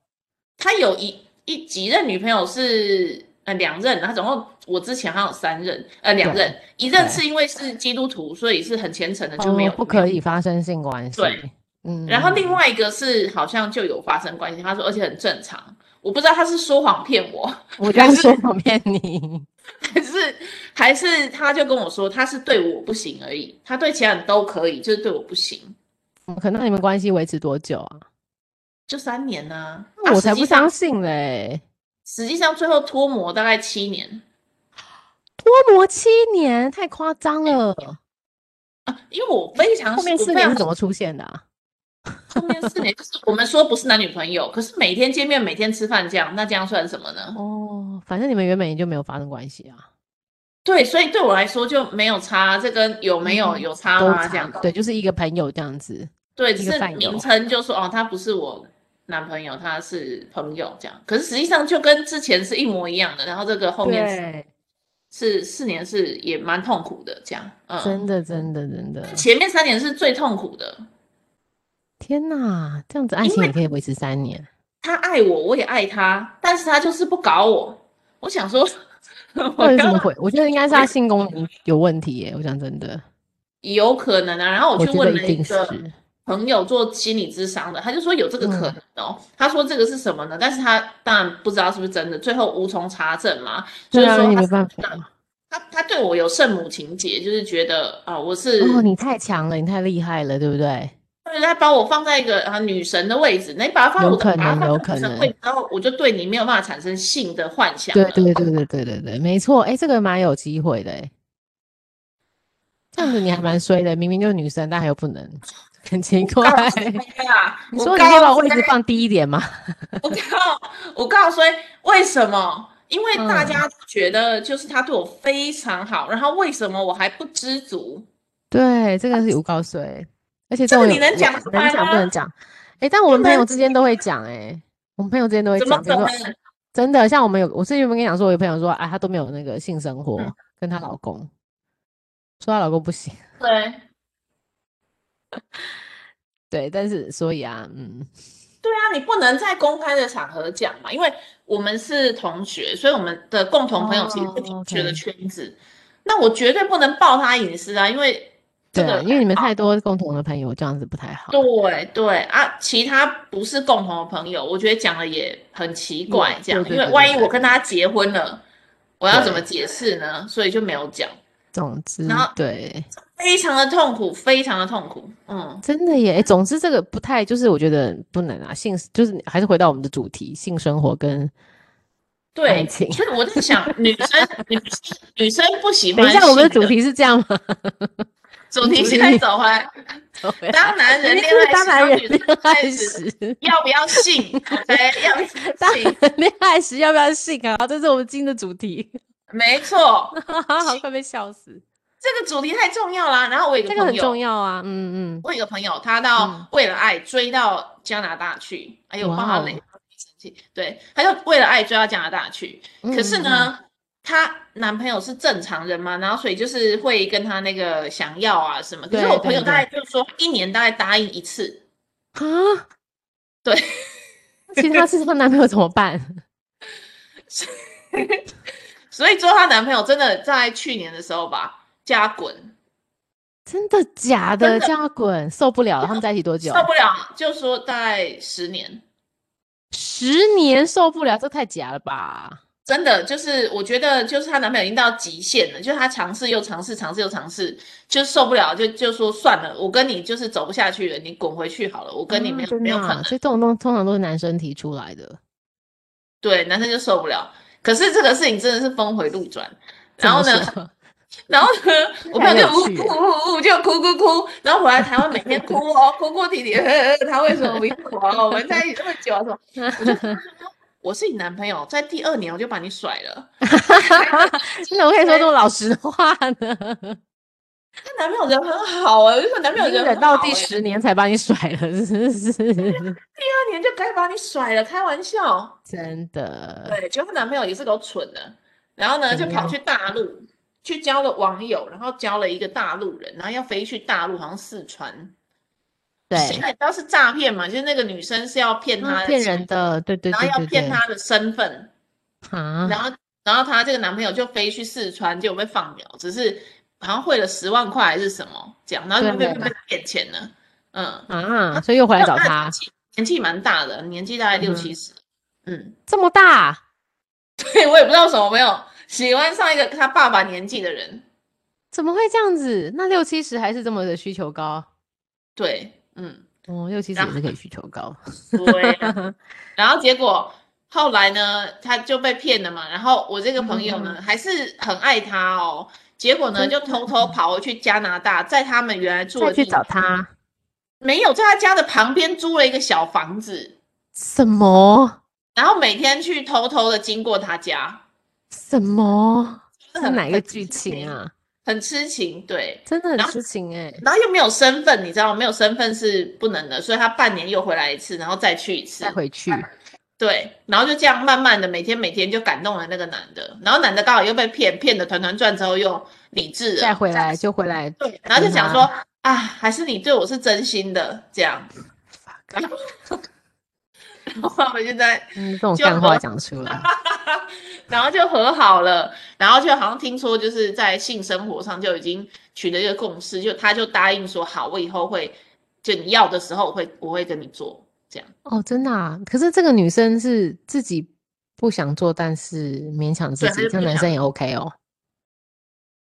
他有一一几任女朋友是呃两任，他总共我之前还有三任，呃两对任，一任对是因为是基督徒，所以是很虔诚的，就哦没有不没有可以发生性关系。对，嗯。然后另外一个是好像就有发生关系，他说而且很正常，我不知道他是说谎骗我， *laughs* 嗯我这样还是说谎骗 *laughs* 你，还是还是他就跟我说他是对我不行而已，他对其他人都可以，就是对我不行，怎么可能那你们关系维持多久啊？就三年呐、啊。那我才实际不相上信嘞！实际上最后脱模大概七年脱模七年，太夸张了。啊，因为我非常后面我四非年常是怎么出现的啊？后面四年就是我们说不是男女朋友，可是每天见面每天吃饭这样，那这样算什么呢？哦，反正你们原本也就没有发生关系啊，对，所以对我来说就没有差，这跟有没有嗯有差都啊吗？这样差对，就是一个朋友这样子。对，一只个是饭友名称就说哦，他不是我男朋友，他是朋友这样。可是实际上就跟之前是一模一样的，然后这个后面对，是是四年是也蛮痛苦的这样，嗯，真的，真的，真的。前面三年是最痛苦的。天哪，这样子爱因情为也可以维持三年，他爱我，我也爱他，但是他就是不搞我。我想说， *laughs* 到我底怎刚么回？我觉得应该是他性功能有问题耶，我讲真的，有可能啊，然后我我去觉得问一了一定是。个朋友做心理咨商的，他就说有这个可能嗯哦。他说这个是什么呢？但是他当然不知道是不是真的，最后无从查证嘛。对就是啊，说你他没是办真的法。他他对我有圣母情节，就是觉得啊、我是，哦，你太强了，你太厉害了，对不对？对他把我放在一个啊、女神的位置，那你把他放有我的，可把他能放有在可女神能位置，然后我就对你没有办法产生性的幻想对了对对对对对对，没错，哎，这个蛮有机会的，哎，这样子你还蛮衰的，明明就是女生，但还有不能，很奇怪。对啊，你我说你告可以把位诉置放低一点吗？我告我告诉你，为什么？因为大嗯家都觉得就是他对我非常好，然后为什么我还不知足？对，这个是诬告罪，而且这个种你有能我讲出来能讲不吗能讲？哎，但我们不朋友能之间都会讲，哎，我们朋友之间都会怎么讲，比可如说能？真的，像我们有，我之前有没有跟你讲说，我有朋友说，啊，她都没有那个性生活嗯，跟她老公，说她老公不行， *laughs* 对对，但是所以啊，嗯，对啊，你不能在公开的场合讲嘛，因为我们是同学，所以我们的共同朋友其实哦是同学的，OK 圈子。那我绝对不能爆他隐私啊，因为这对啊，个因为你们还好太多共同的朋友，这样子不太好。对对啊，其他不是共同的朋友，我觉得讲的也很奇怪，这样，对对因为对万对一对我跟他结婚了，我要怎么对解释呢？所以就没有讲，总之然后，对，非常的痛苦，非常的痛苦，嗯，真的耶。诶总之，这个不太，就是我觉得不能啊，性就是还是回到我们的主题，性生活跟爱对，情。所以我在想，女生 *laughs* 女生女生不喜欢等一性的，下，我们的主题是这样 *laughs* 吗？主题主现在题走回来，对啊 *laughs* 当男人明明恋就是爱当时，男人女生恋爱开始时，要不要性？OK，要不要 *laughs* 当性？人恋爱时要不要性啊？这是我们今天的主题， *laughs* 没错，好快被笑死。这个主题太重要啦。然后我有一个这个朋很友重。要啊，嗯嗯，我有个朋友，他到嗯为了爱追到加拿大去，哎呦，我帮他哇哦累，生气。对，他就为了爱追到加拿大去。嗯可是呢，她男朋友是正常人嘛，然后所以就是会跟她那个想要啊什么。可是对我朋友对大概就说一年大概答应一次，啊， *laughs* *laughs* 对，其他是她男朋友怎么办？ *laughs* 所以最后她男朋友真的在去年的时候吧，叫她滚，真的假真的？的叫她滚，受不了了！他们在一起多久受？不了，就说在十年， *laughs* 十年受不了，这太假了吧？真的就是我觉得就是她男朋友已经到极限了，就是她尝试又尝试，尝试又尝试，就受不了，就就说算了，我跟你就是走不下去了，你滚回去好了，我跟你没啊有、真没的有可啊能，所以这种东通常都是男生提出来的。对，男生就受不了。可是这个事情真的是峰回路转，怎然后么呢，说？然后呢，我朋很友有就呜趣呜呜呜就哭哭哭，然后回来台湾每天哭哦，哭哭啼啼，呃呃他为什么不要我啊？我们在一起这么久啊，什么？*laughs* 我就跟他说我是你男朋友，在第二年我就把你甩了。真的，我可以说这么老实话呢？她男朋友人很好啊，我就说男朋友已经人忍很到好第欸十年才把你甩了，是是是， *laughs* 第二年就该把你甩了，开玩笑。真的。对，结果她男朋友也是够蠢的，然后呢怎就么跑样去大陆去交了网友，然后交了一个大陆人，然后要飞去大陆，好像四川。谁对，知道是诈骗嘛？就是那个女生是要骗他啊骗人钱的，对对然后对要对骗对，她的身份，啊，然后然后她这个男朋友就飞去四川，结果被放鸟，只是好像汇了十万块还是什么这样，然后就被对被被骗钱了，嗯，啊，所以又回来找那他 *laughs* 年，纪，年纪蛮大的，年纪大概六嗯哼七十，嗯，这么大，对我也不知道为什么没有喜欢上一个他爸爸年纪的人，怎么会这样子？那六七十还是这么的需求高，对，嗯，哦，六七十然也是可以需求 *laughs* 高，对啊，然后结果后来呢，他就被骗了嘛。然后我这个朋友呢，还是很爱他哦。结果呢，嗯真就偷偷跑回去加拿大，在他们原来住的再去地找，他没有在他家的旁边租了一个小房子，什么然后每天去偷偷的经过他家，什么？是真 *laughs* 的很哪一个很剧痴情情？啊？很痴情，对。真的很然后痴情哎、然后又没有身份，你知道吗？没有身份是不能的，所以他半年又回来一次，然后再去一次再。回去，啊对，然后就这样慢慢的每天每天就感动了那个男的，然后男的刚好又被骗，骗的团团转之后又理智了，再回啊来就回 *laughs* 来对，然后就嗯讲说啊，还是你对我是真心的这样， ，fuck， *laughs* 然后他们就在，嗯，这种就干话和讲出来，然后就和好了，然后就好像听说就是在性生活上就已经取得一个共识，就他就答应说好，我以后会，就你要的时候我会我会跟你做这样，哦，真的啊。可是这个女生是自己不想做，但是勉强自对她己，就这样不男生想也 OK 哦。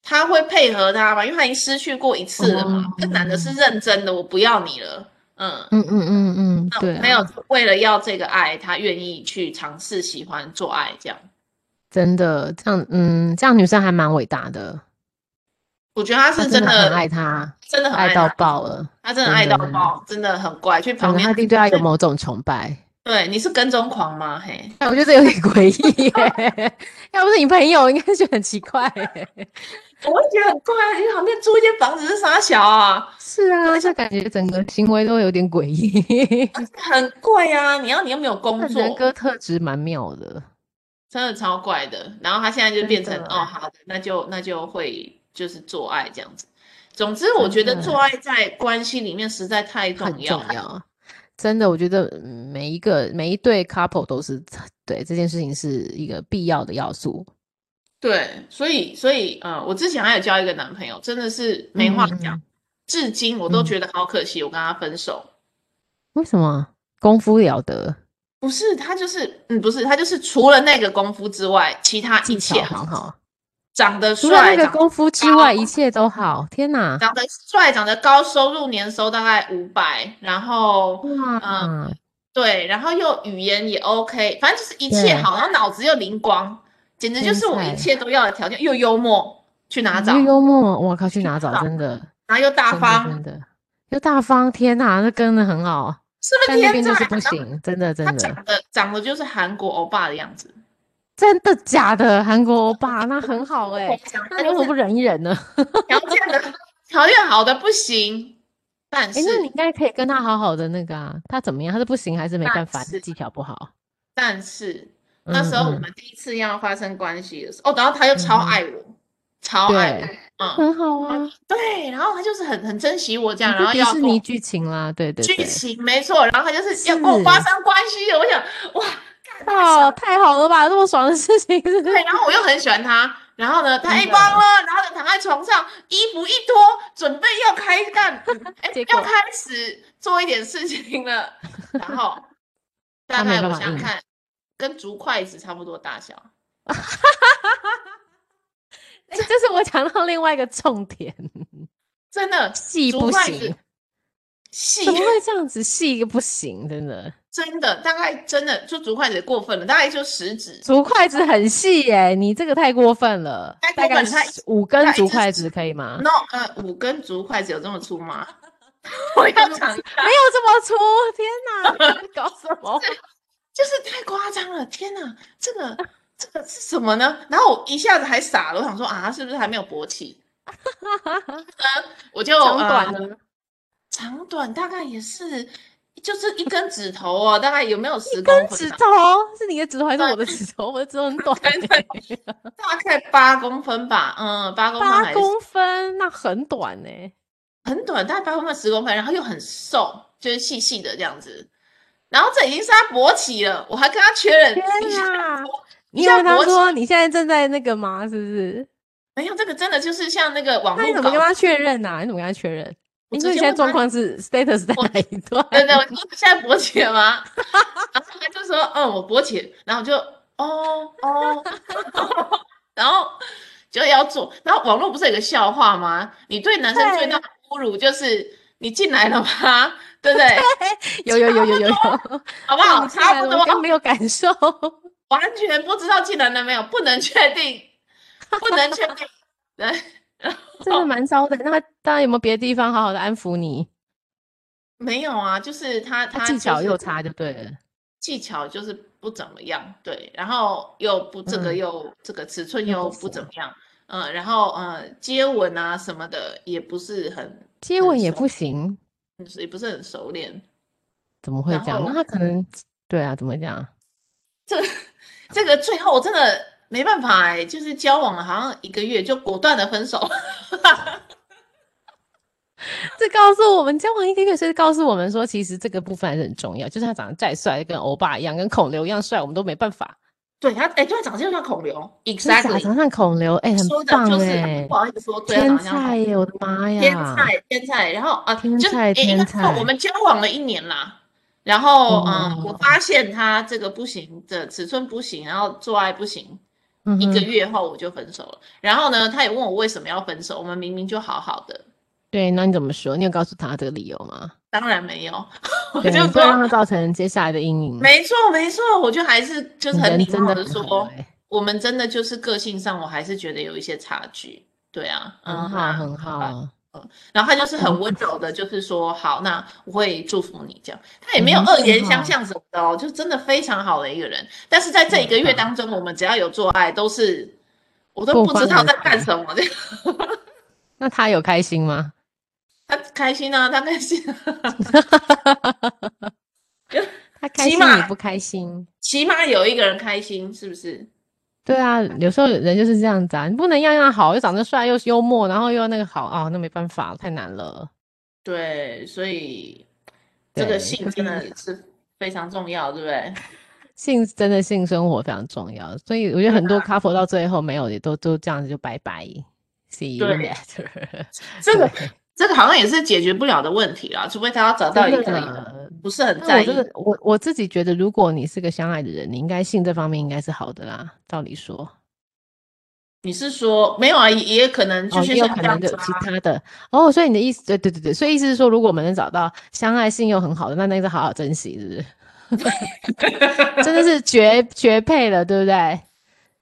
他会配合他嘛，因为他已经失去过一次了嘛，这男的是哦认真的，我不要你了，嗯。嗯嗯嗯嗯，对、啊，没有，为了要这个爱，他愿意去尝试喜欢做爱这样。真的这样，嗯，这样女生还蛮伟大的，我觉得他她是真的很爱他，真的很爱他到，爆了，他真的真爱到的爆，真的很乖。去可旁能她边一，定对他有某种崇拜。对，你是跟踪狂吗？嘿，哎，我觉得这有点诡异耶， *laughs* 要不是你朋友，应该觉得很奇怪耶。我会觉得很怪，因为旁边租一间房子是啥小啊， *laughs* 是啊，就感觉整个行为都有点诡异，很怪啊。你要你又没有工那作，人格特质蛮妙的。真的超怪的。然后他现在就真变成的哦，好的，那就那就会就是做爱这样子。总之，我觉得真的做爱在关系里面实在太重很要重。要。真的，我觉得嗯每一个每一对 couple 都是对这件事情是一个必要的要素。对，所以所以呃，我之前还有交一个男朋友，真的是没话嗯讲，嗯至今我都嗯觉得好可惜，我跟他分手。为什么功夫了得，不是他就是，嗯，不是他就是，除了那个功夫之外，其他一技巧切很好。长得除了帅，那个长功夫之外，高一切都好。天哪！长得帅，长得高，收入年收大概五百，然后哇，对，然后又语言也 OK，反正就是一切对好，然后脑子又灵光，简直就天是我一才嗯切都要的条件，又幽默，去哪找？又幽默，我靠，去哪找？找真的，然后又大真的，真方，的，又大方。天哪，那跟的很好，是不但是那天边才就是？不然后行，真的，真啊他的，长得长得就是韩国欧巴的样子，真的假的？韩国欧巴那很 *laughs* 好哎、讲那你为什么不忍一忍呢？条件的条件好的不行，但哎、是那你应该可以跟他好好的那个啊，他怎么样？他是不行还是没那办法？是技巧不好。但是那时嗯候我嗯们第一次要发生关系的时候，哦，然后他又超嗯哼爱我，超爱对我，嗯，很好啊，对，然后他就是很很珍惜我这样，然后迪要士跟我尼剧情啦，对对剧对，情没错，然后他就是要跟我欸是发生关系的，我想哇，干太爽哦，太好了吧，这么爽的事情，是不是对，然后我又很喜欢他，然后呢，他真一的帮了，然后就躺在床上，衣服一脱，准备要开干，哎结，要果开始做一点事情了，然后 *laughs* 大他没概办我法啊想硬看，跟竹筷子差不多大小，哎这是我讲到另外一个重 *laughs* 点，真的细竹不筷行子， *laughs* 细怎么会这样子细不行？真的，真的大概真的就竹筷子过分了，大概就食指，竹筷子很细耶、你这个太过分了，太大概过分了它是五根它一竹只筷手子可以吗？ no，呃，五根竹筷子有这么 *laughs* 粗吗？我要讲一下没有这么粗，天哪， *laughs* 你在搞什么？就是哦太夸张了！天哪，这个这个是什么呢？然后我一下子还傻了，我想说啊，是不是还没有勃起？呃我就长短呃、呢？长短大概也是，就是一根指头哦，大概有没有十公根分、指啊？头是你的指头还是我的指头？我的指头很 *laughs* 短对对欸，大概八公分吧，嗯，八公分八还是公分，那很短呢、很短，大概八公分十公分，然后又很瘦，就是细细的这样子。然后这已经是他勃起了，我还跟他确认，天你想哪！你你有像问他勃起说你现在正在那个吗？是不是？没有这个真的就是像那个网那你络怎么搞跟他确认呐、啊？你怎么跟他确认？我你直说你现接在问状他况是 status 在我哪一 *laughs* 段？对对，我说现在勃起了吗？然后他就说，嗯，我勃起了，然后我就，哦哦， *laughs* 然后就要做。然后网络不是有个笑话吗？你对男生最大的侮辱就是你进来了吗？ *laughs* 对 *laughs* 不对？有有有有有有，好不哇好？你进差来不了 *laughs* 我刚多，没有感受，完全不知道进来了没有，不能确定， *laughs* 不能确定。对，真哦的蛮糟的。那他当然有没有别的地方好好的安抚你？没有啊，就是他他他技巧就又是差就对了。技巧就是不怎么样，对，然后又不这个嗯又、这个尺寸又不又不符怎么样，嗯、然后呃接吻啊什么的也不是很，接很吻也熟不行，也不是很熟练。怎么会然这样？那他后可能对啊，怎么讲？这个最后我真的没办法哎、就是交往了好像一个月就果断的分手， *laughs* 这告诉我们，交往一个月是告诉我们说，其实这个部分还是很重要。就算他长得再帅，跟欧巴一样，跟孔刘一样帅，我们都没办法。对他哎，对他长得就像孔刘真的假的，exactly，长像孔刘，哎、很说的棒就是哎、不好意思说，对他天长得像孔菜耶！我的妈哎呀！天菜，天菜，然后啊，天就是菜诶应该天说我菜们交往了一年啦，然后嗯，我哦发现他这个不行的尺寸不行，然后做爱不行，嗯一个哼，月后我就分手了。然后呢，他也问我为什么要分手，我们明明就好好的，对，那你怎么说？你有告诉他这个理由吗？当然没有， *laughs* 我对，啊就你不要让说他造成接下来的阴影。没错没错，我就还是就是你很人礼真貌的的很好说哎、，我们真的就是个性上，我还是觉得有一些差距。对啊，嗯，很好，那很好吧好。然后他就是嗯很温柔的，就是说好，那我会祝福你这样。他也没有嗯恶真言好相向什么的哦，就真的非常好的一个人。但是在这一个月当中，我们只要有做爱，都是我都不不知欢道而在干散什么。这 *laughs* 样那他有开心吗？他开心啊，他开心、啊， *laughs* 他开心起你码不开心？起码有一个人开心，是不是？对啊，有时候人就是这样子啊，你不能样样好，又长得帅，又幽默，然后又那个好啊、那没办法，太难了。对，所以这对个性就真的是是非常重要，对 *laughs* 不对？性真的性生活非常重要，所以我觉得很啊多 couple 到最后没有也都都这样子就拜拜，see you 对 later。 *laughs* 这个对这个好像也是解决不了的问题啦，除非他要找到一真个的。不是很但在我意真的，我我自己觉得，如果你是个相爱的人，你应该性这方面应该是好的啦。照理说，你是说没有啊？也也可能就哦，是也有像可这能样就子有其啊，他的哦。所以你的意思，对对对对，所以意思是说，如果我们能找到相爱性又很好的，那那个好好珍惜，是不是？真的是 *laughs* 绝绝配了，对不对？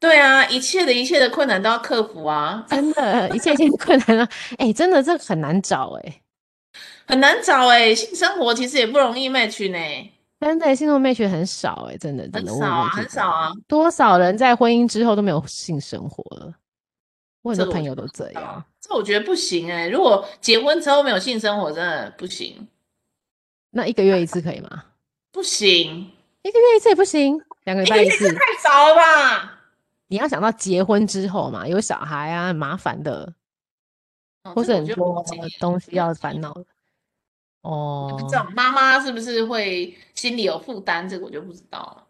对啊，一切的一切的困难都要克服啊，真的，一切一切困难了。哎、真的这个很难找哎、很难找哎、性生活其实也不容易 match 呢，真的，性生活 match 很少哎、真的真很的，少我我啊，觉很得少啊，多少人在婚姻之后都没有性生活了。我很这多个我朋就友都这样，这我觉得不行哎、如果结婚之后没有性生活，真的不行，那一个月一次可以吗？不行，一个月一次也不行，两个礼一个拜月一次。太少了吧？你要想到结婚之后嘛，有小孩啊，很麻烦的。哦或这是个我很多觉得我经验东西要烦恼的。哦，不知道妈妈是不是会心里有负担，这个我就不知道了。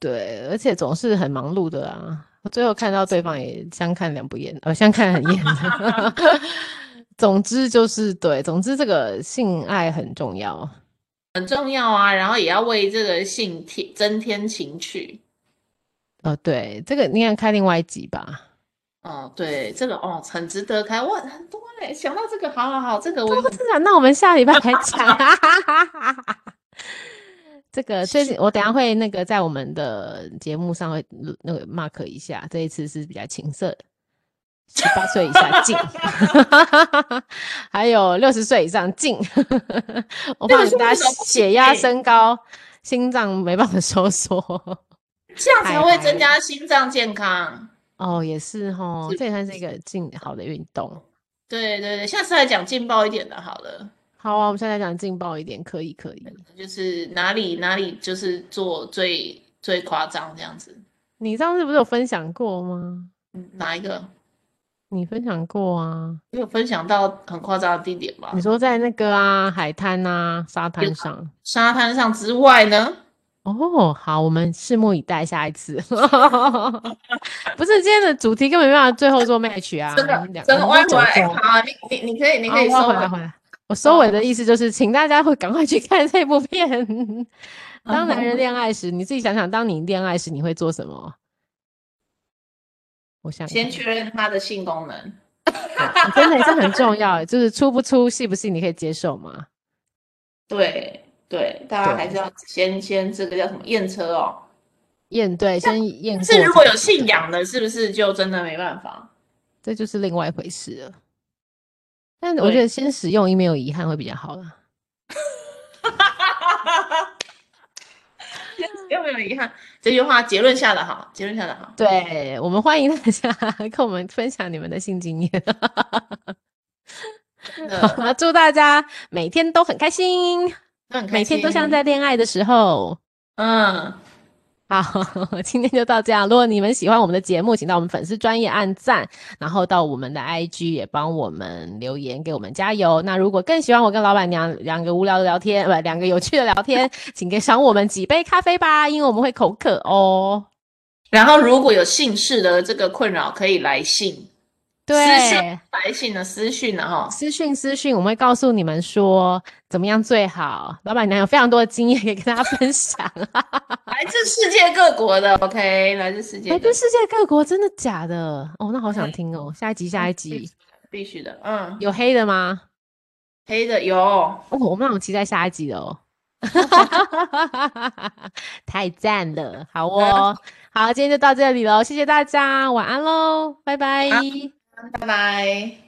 对，而且总是很忙碌的啊。我最后看到对方也相看两不厌，呃，相看很 *laughs* 厌 *laughs* 总之就是对，总之这个性爱很重要。很重要啊，然后也要为这个性添增添情趣。呃，对，这个你看开另外一集吧。哦，对，这个哦，很值得开，我很多嘞。想到这个，好好好，这个我有是啊，那我们下礼拜来讲。这 *laughs* 个最近我等一下会那个在我们的节目上会录那个 mark 一下，这一次是比较情色的，十八岁以下禁， *laughs* 还有六十岁以上禁。我怕你60大家为什么不行血压哎升高，心脏没办法收缩。这样才嗨会嗨增加心脏健康。哦，也是哦，是这也算是一个静好的运动。对对对，下次来讲劲爆一点的，好了，好啊，我们现在讲劲爆一点，可以可以。就是哪里哪里就是做最最夸张这样子。你上次不是有分享过吗？嗯，哪一个？你分享过啊？你有分享到很夸张的地点吗你？说在那个啊海滩啊沙滩上沙滩上之外呢？哦，好，我们拭目以待下一次。 *laughs* 不是今天的主题根本没办法最后做 match 啊，真我的们两真的我们歪都回九来，周好啊，你你你可以你好可以我要哦收回回嗯来回来。我收尾的意思就是，请大家会赶快去看这部片。当男嗯人恋爱时，你自己想想，当你恋爱时你会做什么？我想先看确认他的性功能。真的这很重要，欸就是出不出、细不细，你可以接受吗？对对，大对家还是要先先这个叫什么验车哦。验对，先验是过如果才有信仰的，是不是就真的没办法？这就是另外一回事了。但我觉对得先使用一没有遗憾会比较好啦。又没有遗憾。这句话结论下的好，结论下的好。对我们欢迎大家 *laughs* 跟我们分享你们的性 *laughs* 经验，真的祝大家每天都很开心，都很开每天都像心在恋爱的时候。嗯， *laughs* 好，今天就到这样。如果你们喜欢我们的节目，请到我们粉丝专业按赞，然后到我们的 IG 也帮我们留言，给我们加油。那如果更喜欢我跟老板娘两个无聊的聊天，不，两个有趣的聊天，请给赏我们几杯咖啡吧，因为我们会口渴哦。然后如果有姓氏的这个困扰，可以来信，私对信，来信的私讯的哈。私讯私讯，我们会告诉你们说怎么样最好。老板娘有非常多的经验可以跟大家分享，来自世界各国的，OK，来自世界来各自哎世界各国，真的假的？哦，那好想听哦。下一集，下一集必须的，嗯，有黑的吗？黑的有。哦，我们那我期待下一集的哦。 *laughs* 太赞了，好哦，好，今天就到这里喽，谢谢大家，晚安喽，拜拜。拜拜。